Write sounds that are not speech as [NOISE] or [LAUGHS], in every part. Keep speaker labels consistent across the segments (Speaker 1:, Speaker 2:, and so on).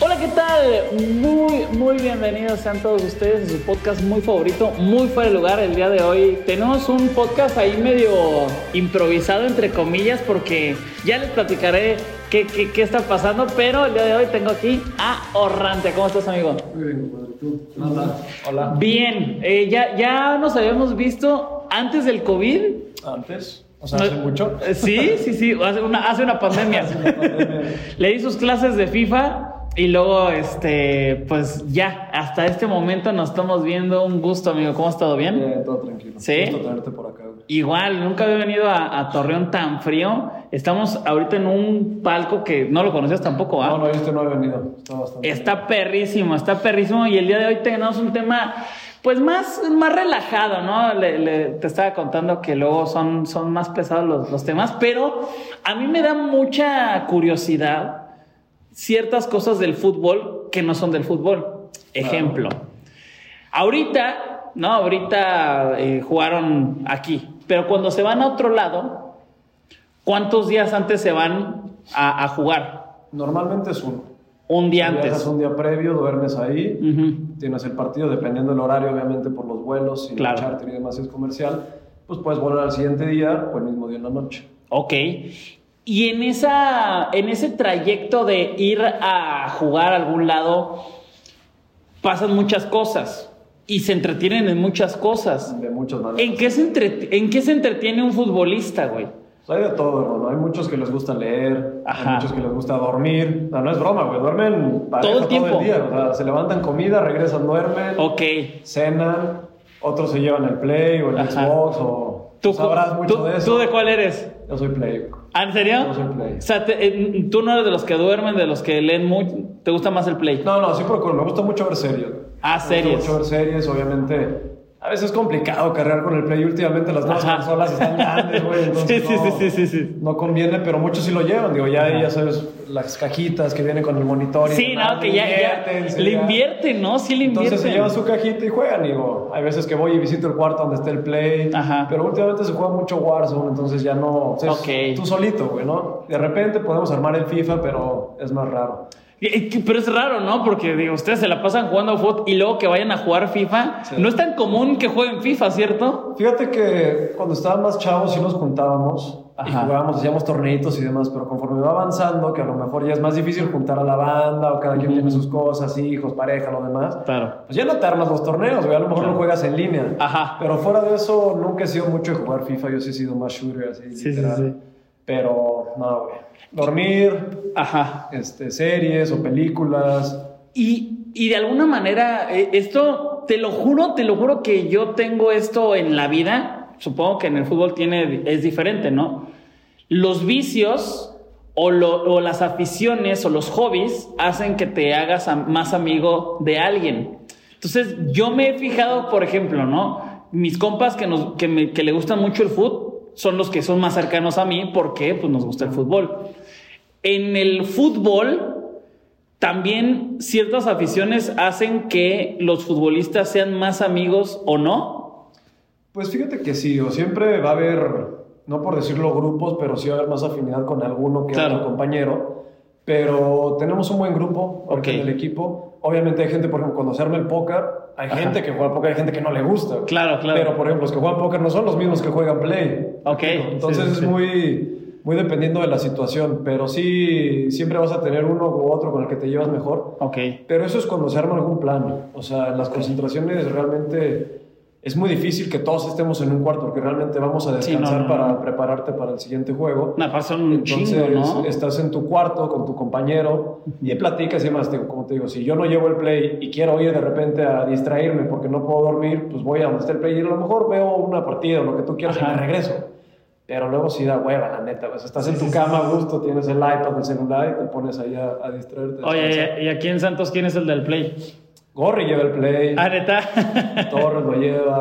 Speaker 1: Hola, ¿qué tal? Muy, muy bienvenidos sean todos ustedes a su podcast muy favorito, muy fuera de lugar el día de hoy. Tenemos un podcast ahí medio improvisado, entre comillas, porque ya les platicaré qué, qué, qué está pasando, pero el día de hoy tengo aquí a Orrante. ¿Cómo estás, amigo?
Speaker 2: Hola. Hola.
Speaker 1: Bien, eh, ya, ya nos habíamos visto antes del COVID.
Speaker 2: Antes, o sea, hace
Speaker 1: No-
Speaker 2: mucho.
Speaker 1: Eh, Sí, sí, sí, hace una, hace una pandemia. [LAUGHS] Le di sus clases de FIFA y luego, este, pues ya, hasta este momento nos estamos viendo. Un gusto, amigo. ¿Cómo has estado? ¿Bien?
Speaker 2: Bien, Eh, todo tranquilo.
Speaker 1: ¿Sí?
Speaker 2: Gusto tenerte por acá, güey.
Speaker 1: Igual, nunca había venido a, a Torreón tan frío. Estamos ahorita en un palco que no lo conocías tampoco, ¿ah?
Speaker 2: No, no, yo este no he venido. Está bastante.
Speaker 1: Está perrísimo, está perrísimo. Y el día de hoy tenemos un tema, pues más, más relajado, ¿no? Le- le- te estaba contando que luego son, son más pesados los, los temas, pero a mí me da mucha curiosidad ciertas cosas del fútbol que no son del fútbol. Ejemplo, ahorita, ¿no? Ahorita eh, jugaron aquí, pero cuando se van a otro lado, ¿cuántos días antes se van a, a jugar?
Speaker 2: Normalmente es uno.
Speaker 1: Un día
Speaker 2: Viajas
Speaker 1: antes.
Speaker 2: un día previo, duermes ahí,
Speaker 1: Ujú.
Speaker 2: tienes el partido, dependiendo del horario, obviamente por los vuelos y
Speaker 1: Claro.
Speaker 2: el charter y demás, si es comercial, pues puedes volver al siguiente día o el mismo día en la noche.
Speaker 1: Ok. Y en, esa, en ese trayecto de ir a jugar a algún lado, pasan muchas cosas y se entretienen en muchas cosas.
Speaker 2: De muchas maneras.
Speaker 1: ¿En qué se, entre- en qué se entretiene un futbolista, güey?
Speaker 2: O sea, Pues hay de todo, hermano. Hay muchos que les gusta leer,
Speaker 1: Ajá.
Speaker 2: hay muchos que les gusta dormir. O sea, no es broma, güey. Duermen pareja
Speaker 1: Todo el tiempo.
Speaker 2: día. O sea, se levantan comida, regresan, duermen.
Speaker 1: Ok.
Speaker 2: cenan, otros se llevan el Play o el
Speaker 1: Ajá.
Speaker 2: Xbox o tú sabrás mucho
Speaker 1: tú-
Speaker 2: de eso.
Speaker 1: ¿Tú de cuál eres?
Speaker 2: Yo soy Play.
Speaker 1: ¿Ah, ¿En serio?
Speaker 2: Yo soy play.
Speaker 1: O sea, te- eh, tú no eres de los que duermen, de los que leen mucho. ¿Te gusta más el play?
Speaker 2: No, no, sí procuro, me gusta mucho ver series.
Speaker 1: Ah,
Speaker 2: Me gusta
Speaker 1: series.
Speaker 2: mucho ver series, obviamente. A veces es complicado cargar con el Play. Últimamente las nuevas
Speaker 1: Ajá.
Speaker 2: consolas están
Speaker 1: [LAUGHS]
Speaker 2: grandes, güey. entonces
Speaker 1: Sí, sí,
Speaker 2: no-
Speaker 1: sí, sí, sí, sí.
Speaker 2: No conviene, pero muchos sí lo llevan. Digo, ya, ya sabes, las cajitas que vienen con el monitor. y
Speaker 1: Sí,
Speaker 2: demás,
Speaker 1: no, que ya, ya
Speaker 2: sí,
Speaker 1: le
Speaker 2: ya.
Speaker 1: invierten, ¿no? Sí le invierten.
Speaker 2: Entonces se lleva su cajita y juegan, digo. Hay veces que voy y visito el cuarto donde está el play.
Speaker 1: Ajá.
Speaker 2: Pero últimamente se juega mucho Warzone, entonces ya no. o sea, es
Speaker 1: Ok.
Speaker 2: Tú solito, güey, ¿no? De repente podemos armar el FIFA, pero es más raro.
Speaker 1: Eh, que- Pero es raro, ¿no? Porque digo, ustedes se la pasan jugando fútbol y luego que vayan a jugar FIFA.
Speaker 2: Sí.
Speaker 1: No es tan común que jueguen FIFA, ¿cierto?
Speaker 2: Fíjate que cuando estaban más chavos sí nos juntábamos y
Speaker 1: Ajá.
Speaker 2: jugábamos, hacíamos torneitos y demás, pero conforme va avanzando, que a lo mejor ya es más difícil juntar a la banda o cada quien tiene sus cosas, hijos, pareja, lo demás.
Speaker 1: Claro.
Speaker 2: Pues ya no te armas los torneos, güey. A lo mejor
Speaker 1: Claro.
Speaker 2: lo juegas en línea.
Speaker 1: Ajá.
Speaker 2: Pero fuera de eso, nunca he sido mucho de jugar FIFA. Yo sí he sido más shooter, así,
Speaker 1: Sí,
Speaker 2: literal.
Speaker 1: sí, sí.
Speaker 2: Pero, no, güey. Dormir,
Speaker 1: Ajá.
Speaker 2: este, series o películas.
Speaker 1: Y, y de alguna manera, eh, esto, te lo juro, te lo juro que yo tengo esto en la vida. Supongo que en el fútbol tiene, es diferente, ¿no? Los vicios o, lo- o las aficiones o los hobbies hacen que te hagas am- más amigo de alguien. Entonces, yo me he fijado, por ejemplo, ¿no? Mis compas que, nos, que, me- que le gustan mucho el fútbol son los que son más cercanos a mí porque pues, nos gusta el fútbol. En el fútbol, también ciertas aficiones hacen que los futbolistas sean más amigos o no.
Speaker 2: Pues fíjate que sí, o siempre va a haber, no por decirlo grupos, pero sí va a haber más afinidad con alguno que
Speaker 1: Claro.
Speaker 2: otro compañero. Pero tenemos un buen grupo ahorita
Speaker 1: Ok.
Speaker 2: en el equipo. Obviamente hay gente, por ejemplo, cuando se arma el póker, hay
Speaker 1: Ajá.
Speaker 2: gente que juega póker, hay gente que no le gusta. güey.
Speaker 1: Claro, claro.
Speaker 2: Pero, por ejemplo, los que juegan póker no son los mismos que juegan play.
Speaker 1: Ok,
Speaker 2: Entonces
Speaker 1: sí, sí, sí.
Speaker 2: es muy, muy dependiendo de la situación. Pero sí, siempre vas a tener uno u otro con el que te llevas mejor.
Speaker 1: Ok.
Speaker 2: Pero eso es cuando se arma algún plan. O sea, en las concentraciones realmente es muy difícil que todos estemos en un cuarto porque realmente vamos a
Speaker 1: Sí, no,
Speaker 2: descansar
Speaker 1: no,
Speaker 2: para
Speaker 1: no.
Speaker 2: prepararte para el siguiente juego.
Speaker 1: Una pasión un
Speaker 2: Entonces
Speaker 1: chingo, ¿no?
Speaker 2: estás en tu cuarto con tu compañero y platicas y demás. Digo, como te digo, si yo no llevo el play y quiero ir de repente a distraerme porque no puedo dormir, pues voy a donde está el play y a lo mejor veo una partida o lo que tú quieras
Speaker 1: Ajá.
Speaker 2: y me regreso. Pero luego sí da hueva, la neta. Pues estás en tu cama a gusto, tienes el iPad, el celular y te pones ahí a, a distraerte.
Speaker 1: Oye, eh, ¿y aquí en Santos quién es el del play?
Speaker 2: Gorri lleva el play,
Speaker 1: Ah, neta. [LAUGHS]
Speaker 2: Torres lo lleva.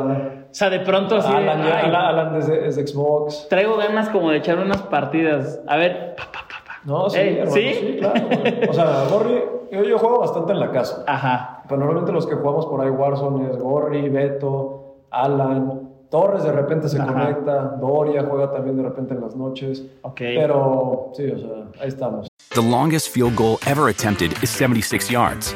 Speaker 1: o sea, de pronto así. de,
Speaker 2: Alan, lleva-
Speaker 1: "Ay,
Speaker 2: Alan- Alan es, de, es de Xbox.
Speaker 1: Traigo ganas como de echar unas partidas. A ver. pa, pa, pa, pa.
Speaker 2: No, sí,
Speaker 1: Ey,
Speaker 2: hermano,
Speaker 1: ¿sí?
Speaker 2: sí, claro. güey. O sea, Gorri, yo, yo juego bastante en la casa.
Speaker 1: Ajá.
Speaker 2: Pero Pues, normalmente los que jugamos por ahí Warzone es Gorri, Beto, Alan, Torres de repente se
Speaker 1: Ajá.
Speaker 2: conecta, Doria juega también de repente en las noches.
Speaker 1: Ok.
Speaker 2: Pero sí, o sea, ahí estamos.
Speaker 3: The longest field goal ever attempted is 76 yards.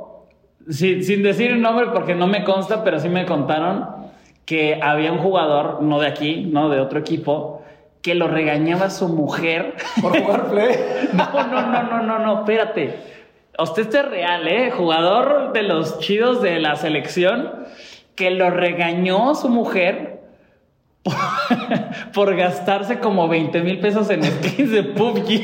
Speaker 1: sin, sin decir el nombre porque no me consta, pero sí me contaron que había un jugador, no de aquí, no de otro equipo, que lo regañaba su mujer. [LAUGHS]
Speaker 2: Por jugar play.
Speaker 1: No, no, no, no, no, no, espérate. Usted este es real, ¿eh? Jugador de los chidos de la selección, que lo regañó su mujer [LAUGHS] por, por gastarse como 20 mil pesos en skins de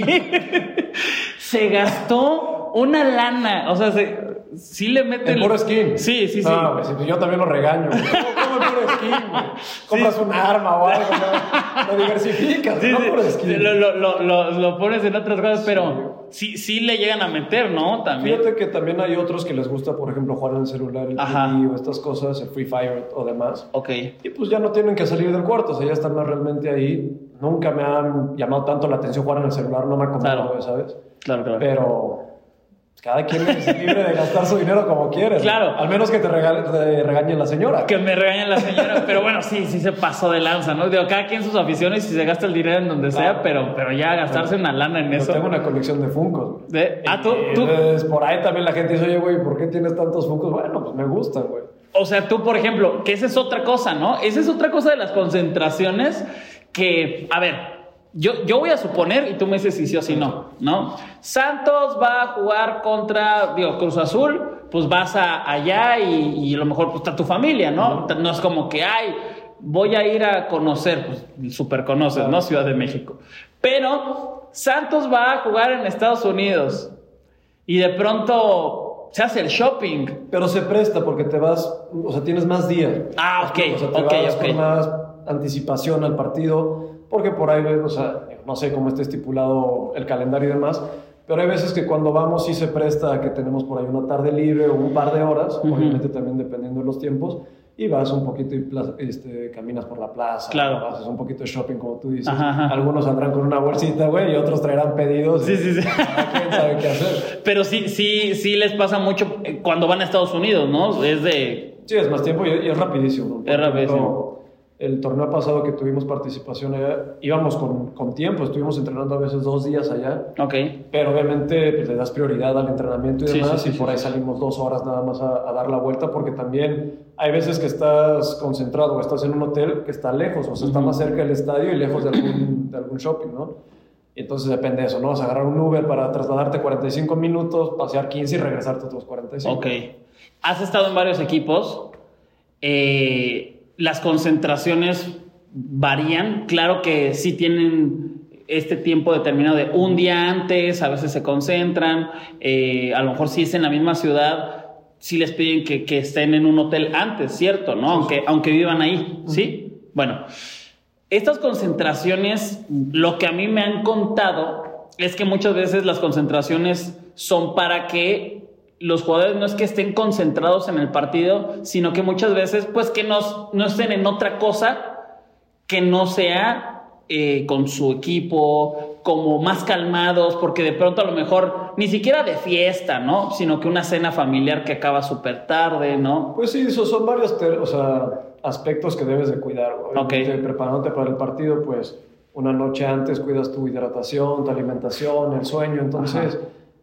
Speaker 1: PUBG. Se gastó una lana, o sea, se, sí le meten...
Speaker 2: En puro skin.
Speaker 1: Sí, sí, sí.
Speaker 2: No, güey, sí, pues yo también lo regaño. güey. ¿Cómo, cómo en puro skin?
Speaker 1: [LAUGHS]
Speaker 2: güey? Compras un arma o algo, ¿no? Lo diversificas,
Speaker 1: Sí,
Speaker 2: no
Speaker 1: sí,
Speaker 2: puro skin.
Speaker 1: lo, lo- lo- lo- lo pones en otras cosas, pero sí, sí le llegan a meter, ¿no? También.
Speaker 2: Fíjate que también hay otros que les gusta, por ejemplo, jugar en el celular, el
Speaker 1: Ajá.
Speaker 2: TV o estas cosas, el Free Fire o demás.
Speaker 1: Ok.
Speaker 2: Y pues ya no tienen que salir del cuarto, o sea, ya están más realmente ahí. Nunca me han llamado tanto la atención jugar en el celular, no me ha
Speaker 1: Claro.
Speaker 2: contado, ¿sabes?
Speaker 1: Claro, claro.
Speaker 2: Pero pues, cada quien es libre de gastar su dinero como quiere.
Speaker 1: Claro.
Speaker 2: Al menos que te, rega- te regañe la señora.
Speaker 1: Que me regañen la señora, pero bueno, sí, sí se pasó de lanza, ¿no? Digo, cada quien sus aficiones y se gasta el dinero en donde sea,
Speaker 2: Claro.
Speaker 1: pero, pero ya gastarse una lana en
Speaker 2: Yo
Speaker 1: eso.
Speaker 2: tengo una colección de Funkos. güey.
Speaker 1: De- ah, tú,
Speaker 2: Y,
Speaker 1: tú,
Speaker 2: pues, por ahí también la gente dice, oye, güey, ¿por qué tienes tantos Funkos? Bueno, pues me gustan, güey.
Speaker 1: o sea, tú, por ejemplo, que esa es otra cosa, ¿no? Esa es otra cosa de las concentraciones que, a ver, yo, yo voy a suponer, y tú me dices si sí o si no, ¿no? Santos va a jugar contra, digo, Cruz Azul, pues vas a, allá y, y a lo mejor pues, está tu familia, ¿no? No es como que, ay, voy a ir a conocer, pues super conoces, ¿no? Ciudad de México. Pero Santos va a jugar en Estados Unidos y de pronto se hace el shopping.
Speaker 2: Pero se presta porque te vas, o sea, tienes más días.
Speaker 1: Ah, ok,
Speaker 2: O sea, te
Speaker 1: ok,
Speaker 2: vas
Speaker 1: ok.
Speaker 2: con más anticipación al partido, porque por ahí, o sea, no sé cómo está estipulado el calendario y demás, pero hay veces que cuando vamos sí se presta a que tenemos por ahí una tarde libre o un par de horas,
Speaker 1: Ujú.
Speaker 2: obviamente también dependiendo de los tiempos, y vas un poquito y pla- este, caminas por la plaza,
Speaker 1: Claro.
Speaker 2: haces un poquito de shopping, como tú dices.
Speaker 1: Ajá, ajá.
Speaker 2: Algunos saldrán con una bolsita, güey, y otros traerán pedidos.
Speaker 1: Sí,
Speaker 2: y
Speaker 1: sí, sí.
Speaker 2: ¿Quién sabe qué hacer?
Speaker 1: Pero sí, sí, sí les pasa mucho eh, cuando van a Estados Unidos, ¿no? Es de.
Speaker 2: Sí, es más tiempo y y es rapidísimo.
Speaker 1: Es rapidísimo.
Speaker 2: El torneo pasado que tuvimos participación allá, íbamos con, con tiempo, estuvimos entrenando a veces dos días allá,
Speaker 1: Ok.
Speaker 2: pero obviamente pues, le das prioridad al entrenamiento y
Speaker 1: Sí,
Speaker 2: demás,
Speaker 1: sí, sí,
Speaker 2: y por
Speaker 1: sí,
Speaker 2: ahí salimos dos horas nada más a, a dar la vuelta, porque también hay veces que estás concentrado o estás en un hotel que está lejos, o sea, está
Speaker 1: Ujú.
Speaker 2: más cerca del estadio y lejos de algún, de algún shopping, ¿no? Y Entonces depende de eso, ¿no? Vas a agarrar un Uber para trasladarte 45 minutos, pasear 15 y regresarte otros 45.
Speaker 1: Ok. Has estado en varios equipos. eh, las concentraciones varían. Claro que sí tienen este tiempo determinado de un día antes, a veces se concentran. eh, a lo mejor si es en la misma ciudad, sí les piden que, que estén en un hotel antes, ¿cierto? ¿No? Aunque, aunque vivan ahí, ¿sí? Bueno. Estas concentraciones, lo que a mí me han contado es que muchas veces las concentraciones son para que los jugadores no es que estén concentrados en el partido, sino que muchas veces pues que nos- no estén en otra cosa que no sea eh, con su equipo, como más calmados, porque de pronto a lo mejor ni siquiera de fiesta, ¿no? Sino que una cena familiar que acaba súper tarde, ¿no?
Speaker 2: Pues sí, eso son varios ter- o sea, aspectos que debes de cuidar. güey.
Speaker 1: Ok.
Speaker 2: Obviamente, Preparándote para el partido, pues una noche antes cuidas tu hidratación, tu alimentación, el sueño. Entonces,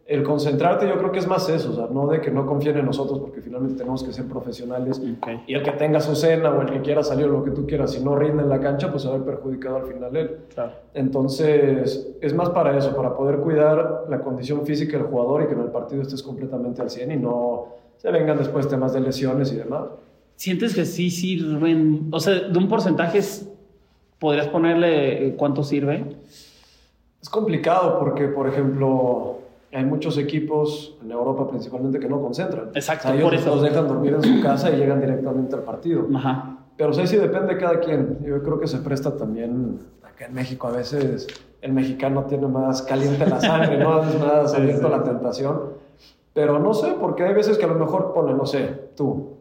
Speaker 2: el concentrarte yo creo que es más eso, o sea, no de que no confíen en nosotros porque finalmente tenemos que ser profesionales
Speaker 1: Ok.
Speaker 2: y el que tenga su cena o el que quiera salir o lo que tú quieras, si no rinde en la cancha, pues se va a ver perjudicado al final él. Entonces, es más para eso, para poder cuidar la condición física del jugador y que en el partido estés completamente al 100 y no se vengan después temas de lesiones y demás.
Speaker 1: ¿Sientes que sí sirven? O sea, de un porcentaje es- podrías ponerle eh, cuánto sirve.
Speaker 2: Es complicado porque, por ejemplo, hay muchos equipos en Europa principalmente que no concentran.
Speaker 1: Exacto,
Speaker 2: O sea, ellos
Speaker 1: por eso.
Speaker 2: Los dejan dormir en su casa y llegan directamente al partido.
Speaker 1: Ajá.
Speaker 2: Pero o sea, sí depende de cada quien. Yo creo que se presta también acá en México. A veces el mexicano tiene más caliente la sangre, ¿no? Es más abierto a la tentación. Pero no sé, porque hay veces que a lo mejor pone, no sé, tú.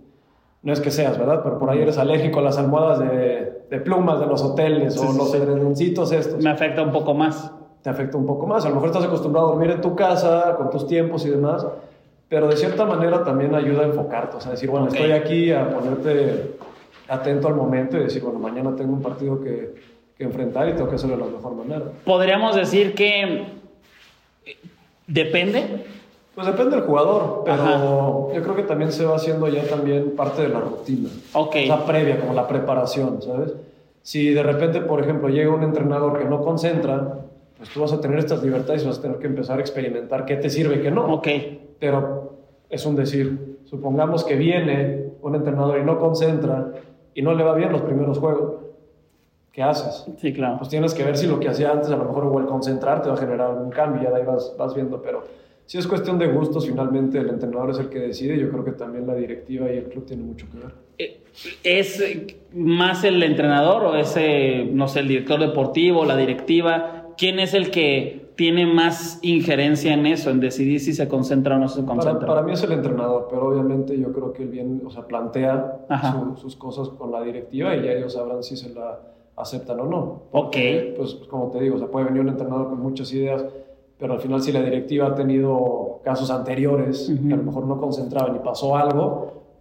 Speaker 2: No es que seas, ¿verdad? Pero por ahí eres alérgico a las almohadas de, de plumas de los hoteles
Speaker 1: Sí,
Speaker 2: o
Speaker 1: sí,
Speaker 2: los
Speaker 1: sí.
Speaker 2: edredoncitos estos
Speaker 1: Me afecta un poco más.
Speaker 2: te afecta un poco más. A lo mejor estás acostumbrado a dormir en tu casa, con tus tiempos y demás, pero de cierta manera también ayuda a enfocarte, o sea, decir, bueno,
Speaker 1: Ok.
Speaker 2: estoy aquí, a ponerte atento al momento y decir, bueno, mañana tengo un partido que, que enfrentar y tengo que hacerlo de la mejor manera.
Speaker 1: Podríamos decir que eh, depende.
Speaker 2: Pues depende del jugador, pero
Speaker 1: Ajá.
Speaker 2: yo creo que también se va haciendo ya también parte de la rutina.
Speaker 1: Ok.
Speaker 2: O sea, previa, como la preparación, ¿sabes? Si de repente, por ejemplo, llega un entrenador que no concentra, pues tú vas a tener estas libertades y vas a tener que empezar a experimentar qué te sirve y qué no.
Speaker 1: Ok.
Speaker 2: pero es un decir. Supongamos que viene un entrenador y no concentra y no le va bien los primeros juegos. ¿Qué haces?
Speaker 1: Sí, claro.
Speaker 2: Pues tienes que ver si lo que hacía antes, a lo mejor, o el concentrar te va a generar algún cambio, ya de ahí vas, vas viendo, pero si es cuestión de gustos, finalmente el entrenador es el que decide, yo creo que también la directiva y el club tienen mucho que ver.
Speaker 1: Eh, ¿Es eh, más el entrenador o es, eh, no sé, el director deportivo, la directiva? ¿Quién es el que tiene más injerencia en eso, en decidir si se concentra o no se
Speaker 2: Para,
Speaker 1: concentra?
Speaker 2: para mí es el entrenador, pero obviamente yo creo que él bien, o sea, plantea
Speaker 1: Ajá.
Speaker 2: su- sus cosas con la directiva y ya ellos sabrán si se la aceptan o no.
Speaker 1: Ok.
Speaker 2: Pues, pues, como te digo, o sea, puede venir un entrenador con muchas ideas, pero al final si la directiva ha tenido casos anteriores
Speaker 1: Ujú.
Speaker 2: que a lo mejor no concentraban y pasó algo,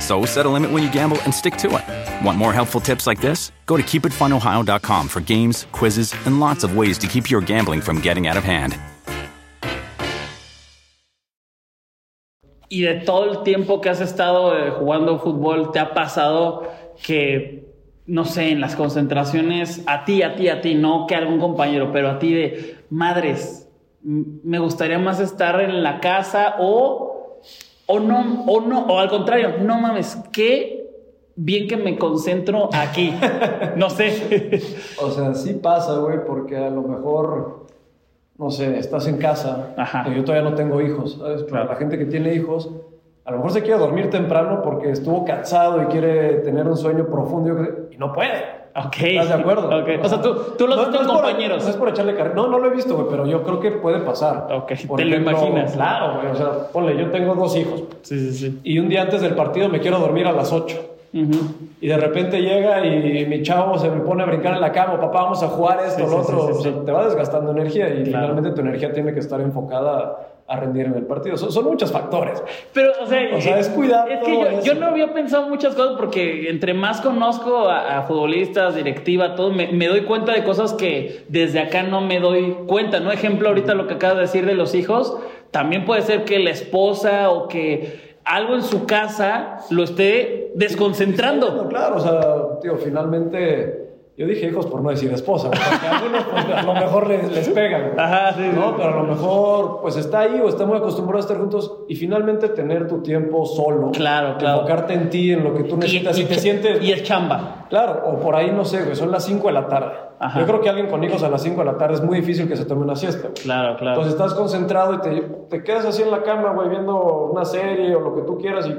Speaker 3: So set a limit when you gamble and stick to it. Want more helpful tips like this? Go to keepitfunohio.com for games, quizzes, and lots of ways to keep your gambling from getting out of hand.
Speaker 1: Y de todo el tiempo que has estado eh, jugando fútbol, ¿te ha pasado que, no sé, en las concentraciones, a ti, a ti, a ti, no que a algún compañero, pero a ti de, madres, m- me gustaría más estar en la casa o, o no, o no, o al contrario, no mames, qué bien que me concentro aquí. No
Speaker 2: [LAUGHS]
Speaker 1: sé.
Speaker 2: O sea, sí pasa, güey, porque a lo mejor, no sé, estás en casa.
Speaker 1: Ajá.
Speaker 2: que Yo todavía no tengo hijos, ¿sabes? Pero
Speaker 1: Claro.
Speaker 2: la gente que tiene hijos, a lo mejor se quiere dormir temprano porque estuvo cansado y quiere tener un sueño profundo yo qué sé, y no puede.
Speaker 1: Ok.
Speaker 2: ¿Estás de acuerdo?
Speaker 1: Ok. O sea, tú, tú los dos
Speaker 2: es por-
Speaker 1: compañeros.
Speaker 2: no es por echarle carrera. No, no lo he visto, güey, pero yo creo que puede pasar.
Speaker 1: Ok,
Speaker 2: Por
Speaker 1: te lo imaginas.
Speaker 2: Claro, güey. O sea, ponle, yo tengo dos hijos.
Speaker 1: Sí, sí, sí.
Speaker 2: Y un día antes del partido me quiero dormir a las 8.
Speaker 1: Ujú.
Speaker 2: Y de repente llega y mi chavo se me pone a brincar en la cama, papá, vamos a jugar esto,
Speaker 1: Sí,
Speaker 2: lo
Speaker 1: sí,
Speaker 2: otro.
Speaker 1: sí, sí, sí.
Speaker 2: O sea, te va desgastando energía y
Speaker 1: Claro.
Speaker 2: finalmente tu energía tiene que estar enfocada a rendir en el partido. Son, son muchos factores.
Speaker 1: Pero, o sea,
Speaker 2: O sea,
Speaker 1: eh,
Speaker 2: es cuidar
Speaker 1: Es que
Speaker 2: todo
Speaker 1: yo,
Speaker 2: eso.
Speaker 1: yo no había pensado muchas cosas porque entre más conozco a, a futbolistas, directiva, todo, me, me doy cuenta de cosas que desde acá no me doy cuenta, ¿no? Ejemplo, ahorita lo que acabas de decir de los hijos, también puede ser que la esposa o que algo en su casa lo esté
Speaker 2: No,
Speaker 1: desconcentrando.
Speaker 2: claro, o sea, tío, finalmente yo dije hijos por no decir esposa, porque a algunos pues, a lo mejor les, les pegan. güey.
Speaker 1: Ajá, sí, sí.
Speaker 2: No, pero a lo mejor pues está ahí o está muy acostumbrado a estar juntos y finalmente tener tu tiempo solo.
Speaker 1: Claro, claro.
Speaker 2: Enfocarte en ti, en lo que tú necesitas y, te
Speaker 1: cha-
Speaker 2: sientes.
Speaker 1: y es chamba.
Speaker 2: Claro, o por ahí no sé, güey, son las 5 de la tarde.
Speaker 1: Ajá.
Speaker 2: Yo creo que alguien con hijos a las 5 de la tarde es muy difícil que se tome una siesta. güey.
Speaker 1: Claro, claro.
Speaker 2: Entonces estás concentrado y te, te quedas así en la cama, güey, viendo una serie o lo que tú quieras y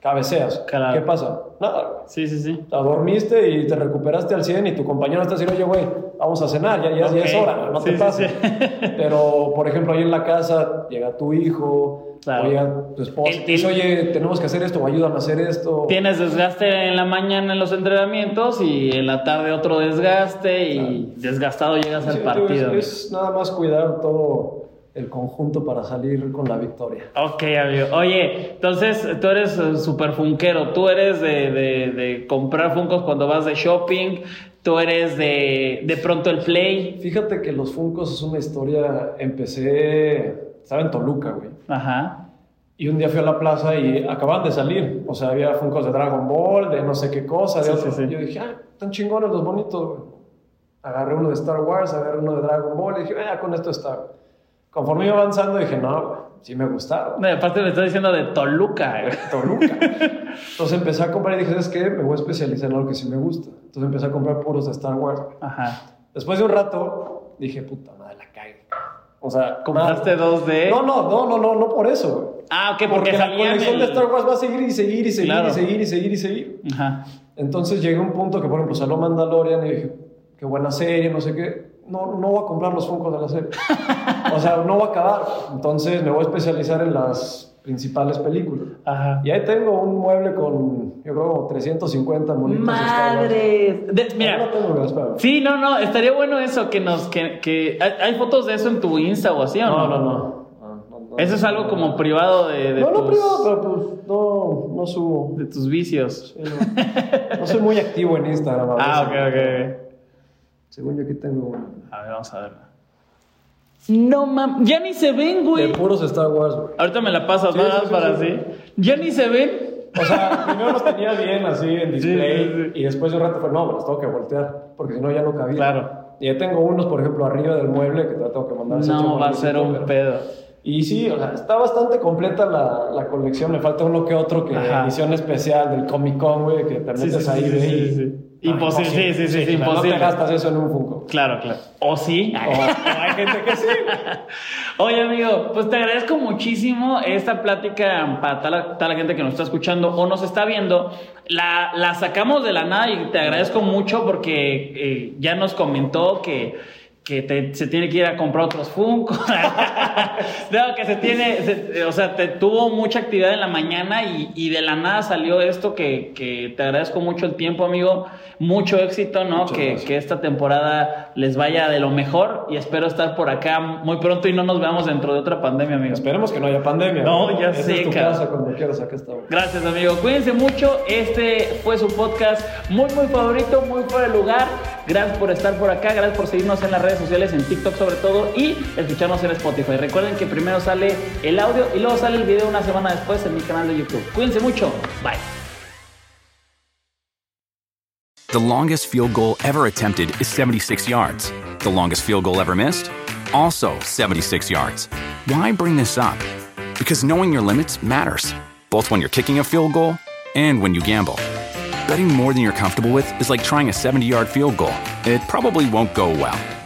Speaker 2: cabeceas.
Speaker 1: Claro.
Speaker 2: ¿Qué pasa? Nada. güey.
Speaker 1: Sí, sí, sí.
Speaker 2: O sea, dormiste y te recuperaste al 100 y tu compañero está diciendo, oye, güey, vamos a cenar, ya, ya, ya es
Speaker 1: Ok.
Speaker 2: hora, no
Speaker 1: Sí,
Speaker 2: te
Speaker 1: sí,
Speaker 2: pases.
Speaker 1: sí.
Speaker 2: [LAUGHS] Pero, por ejemplo, ahí en la casa llega tu hijo,
Speaker 1: Claro.
Speaker 2: o llega tu esposa,
Speaker 1: El-
Speaker 2: y dice, oye, tenemos que hacer esto, o ayúdame a hacer esto.
Speaker 1: Tienes desgaste en la mañana en los entrenamientos y en la tarde otro desgaste y desgastado llegas
Speaker 2: Sí,
Speaker 1: al
Speaker 2: digo, es-
Speaker 1: partido. güey.
Speaker 2: es nada más cuidar todo el conjunto para salir con la victoria.
Speaker 1: Ok, amigo. Oye, entonces tú eres eh, super funquero. Tú eres de, de- de comprar funcos cuando vas de shopping. Tú eres de de pronto el play.
Speaker 2: Fíjate que los Funcos es una historia. Empecé, estaba en Toluca, güey.
Speaker 1: Ajá.
Speaker 2: Y un día fui a la plaza y acababan de salir. O sea, había Funcos de Dragon Ball, de no sé qué cosa. de
Speaker 1: Sí,
Speaker 2: otro.
Speaker 1: sí, sí.
Speaker 2: Yo dije, ah, están chingones los bonitos, güey. Agarré uno de Star Wars, agarré uno de Dragon Ball y dije, ah, con esto está. güey". Conforme iba avanzando, dije, no, güey, sí me gustaron.
Speaker 1: No, y aparte me estás diciendo de Toluca. güey.
Speaker 2: Toluca. Entonces empecé a comprar y dije, ¿sabes qué? Me voy a especializar en algo que sí me gusta. Entonces empecé a comprar puros de Star Wars.
Speaker 1: Ajá.
Speaker 2: Después de un rato, dije, puta madre, la cagué. O sea,
Speaker 1: Compraste
Speaker 2: nada.
Speaker 1: dos de.
Speaker 2: No, no, no, no, no, no por eso, güey.
Speaker 1: Ah, ok, porque,
Speaker 2: la
Speaker 1: salían
Speaker 2: colección
Speaker 1: el-
Speaker 2: de Star Wars va a seguir y seguir y seguir
Speaker 1: Claro.
Speaker 2: y seguir y seguir y seguir.
Speaker 1: Ajá.
Speaker 2: Entonces llegué a un punto que, por ejemplo, salió Mandalorian y dije, qué buena serie, no sé qué. No, no voy a comprar los Funkos de la serie. o sea, no voy a acabar. Entonces me voy a especializar en las principales películas.
Speaker 1: Ajá.
Speaker 2: Y ahí tengo un mueble con, yo creo, como 350 monitos. de Star Wars.
Speaker 1: Madres. De-
Speaker 2: Ahí
Speaker 1: mira.
Speaker 2: lo tengo, güey, espera.
Speaker 1: Sí, no, no, estaría bueno eso que nos, que, que ¿hay, hay fotos de eso en tu Insta o así o no?
Speaker 2: No, no, no. No, no, no.
Speaker 1: Eso es algo como privado de, de
Speaker 2: no,
Speaker 1: tus,
Speaker 2: no privado, pero pues no, no subo.
Speaker 1: de tus vicios.
Speaker 2: Sí, No. no soy muy activo en Instagram. a
Speaker 1: [LAUGHS] Ah, ok,
Speaker 2: veces.
Speaker 1: ok.
Speaker 2: Según yo aquí tengo uno.
Speaker 1: ok. A ver, vamos a ver. No mames, ya ni se ven,
Speaker 2: De
Speaker 1: güey.
Speaker 2: puros Star Wars, güey.
Speaker 1: Ahorita me la pasas,
Speaker 2: Sí,
Speaker 1: nada
Speaker 2: sí, sí,
Speaker 1: para
Speaker 2: sí.
Speaker 1: así. Ya ni se ven.
Speaker 2: O sea, primero los tenía bien así en display
Speaker 1: Sí, sí, sí.
Speaker 2: y después de un rato fue, no, me los tengo que voltear porque si no ya no cabía.
Speaker 1: Claro.
Speaker 2: Y ya tengo unos, por ejemplo, arriba del mueble que te tengo que mandar. ese
Speaker 1: No,
Speaker 2: chavo,
Speaker 1: va a
Speaker 2: sé
Speaker 1: ser
Speaker 2: qué,
Speaker 1: un
Speaker 2: pero-
Speaker 1: pedo.
Speaker 2: Y sí, o sea, está bastante completa la, la colección. Me falta uno que otro que
Speaker 1: Ajá.
Speaker 2: edición especial del Comic Con, güey, que te metes
Speaker 1: Sí, sí, sí,
Speaker 2: ahí.
Speaker 1: sí,
Speaker 2: güey,
Speaker 1: sí,
Speaker 2: y-
Speaker 1: sí.
Speaker 2: Ah,
Speaker 1: Imposible, sí, sí, sí, sí,
Speaker 2: o sea,
Speaker 1: imposible.
Speaker 2: No te gastas eso en un Funko.
Speaker 1: Claro, claro. ¿O sí?
Speaker 2: O, o hay gente que sí.
Speaker 1: Oye, amigo, pues te agradezco muchísimo esta plática para toda la- toda la gente que nos está escuchando o nos está viendo. La, la sacamos de la nada y te agradezco mucho porque eh, ya nos comentó que, que te- se tiene que ir a comprar otros Funko. [LAUGHS] no, que se tiene, se- eh, o sea, te tuvo mucha actividad en la mañana y, y de la nada salió esto que, que te agradezco mucho el tiempo, amigo. Mucho éxito, ¿no?
Speaker 2: Muchas
Speaker 1: Que,
Speaker 2: gracias.
Speaker 1: que que esta temporada les vaya de lo mejor y espero estar por acá muy pronto y no nos veamos dentro de otra pandemia, amigos.
Speaker 2: Esperemos que no haya pandemia.
Speaker 1: No,
Speaker 2: güey.
Speaker 1: ya
Speaker 2: Esta
Speaker 1: sé,
Speaker 2: es tu
Speaker 1: cabrón.
Speaker 2: casa cuando quieras, acá estamos.
Speaker 1: Gracias, amigo. Cuídense mucho. Este fue su podcast muy, muy favorito, muy fuera de lugar. Gracias por estar por acá. Gracias por seguirnos en las redes sociales, en TikTok sobre todo, y escucharnos en Spotify. Recuerden que primero sale el audio y luego sale el video una semana después en mi canal de YouTube. Cuídense mucho. Bye.
Speaker 3: The longest field goal ever attempted is 76 yards. The longest field goal ever missed? Also 76 yards. Why bring this up? Because knowing your limits matters, both when you're kicking a field goal and when you gamble. Betting more than you're comfortable with is like trying a 70 yard field goal, it probably won't go well.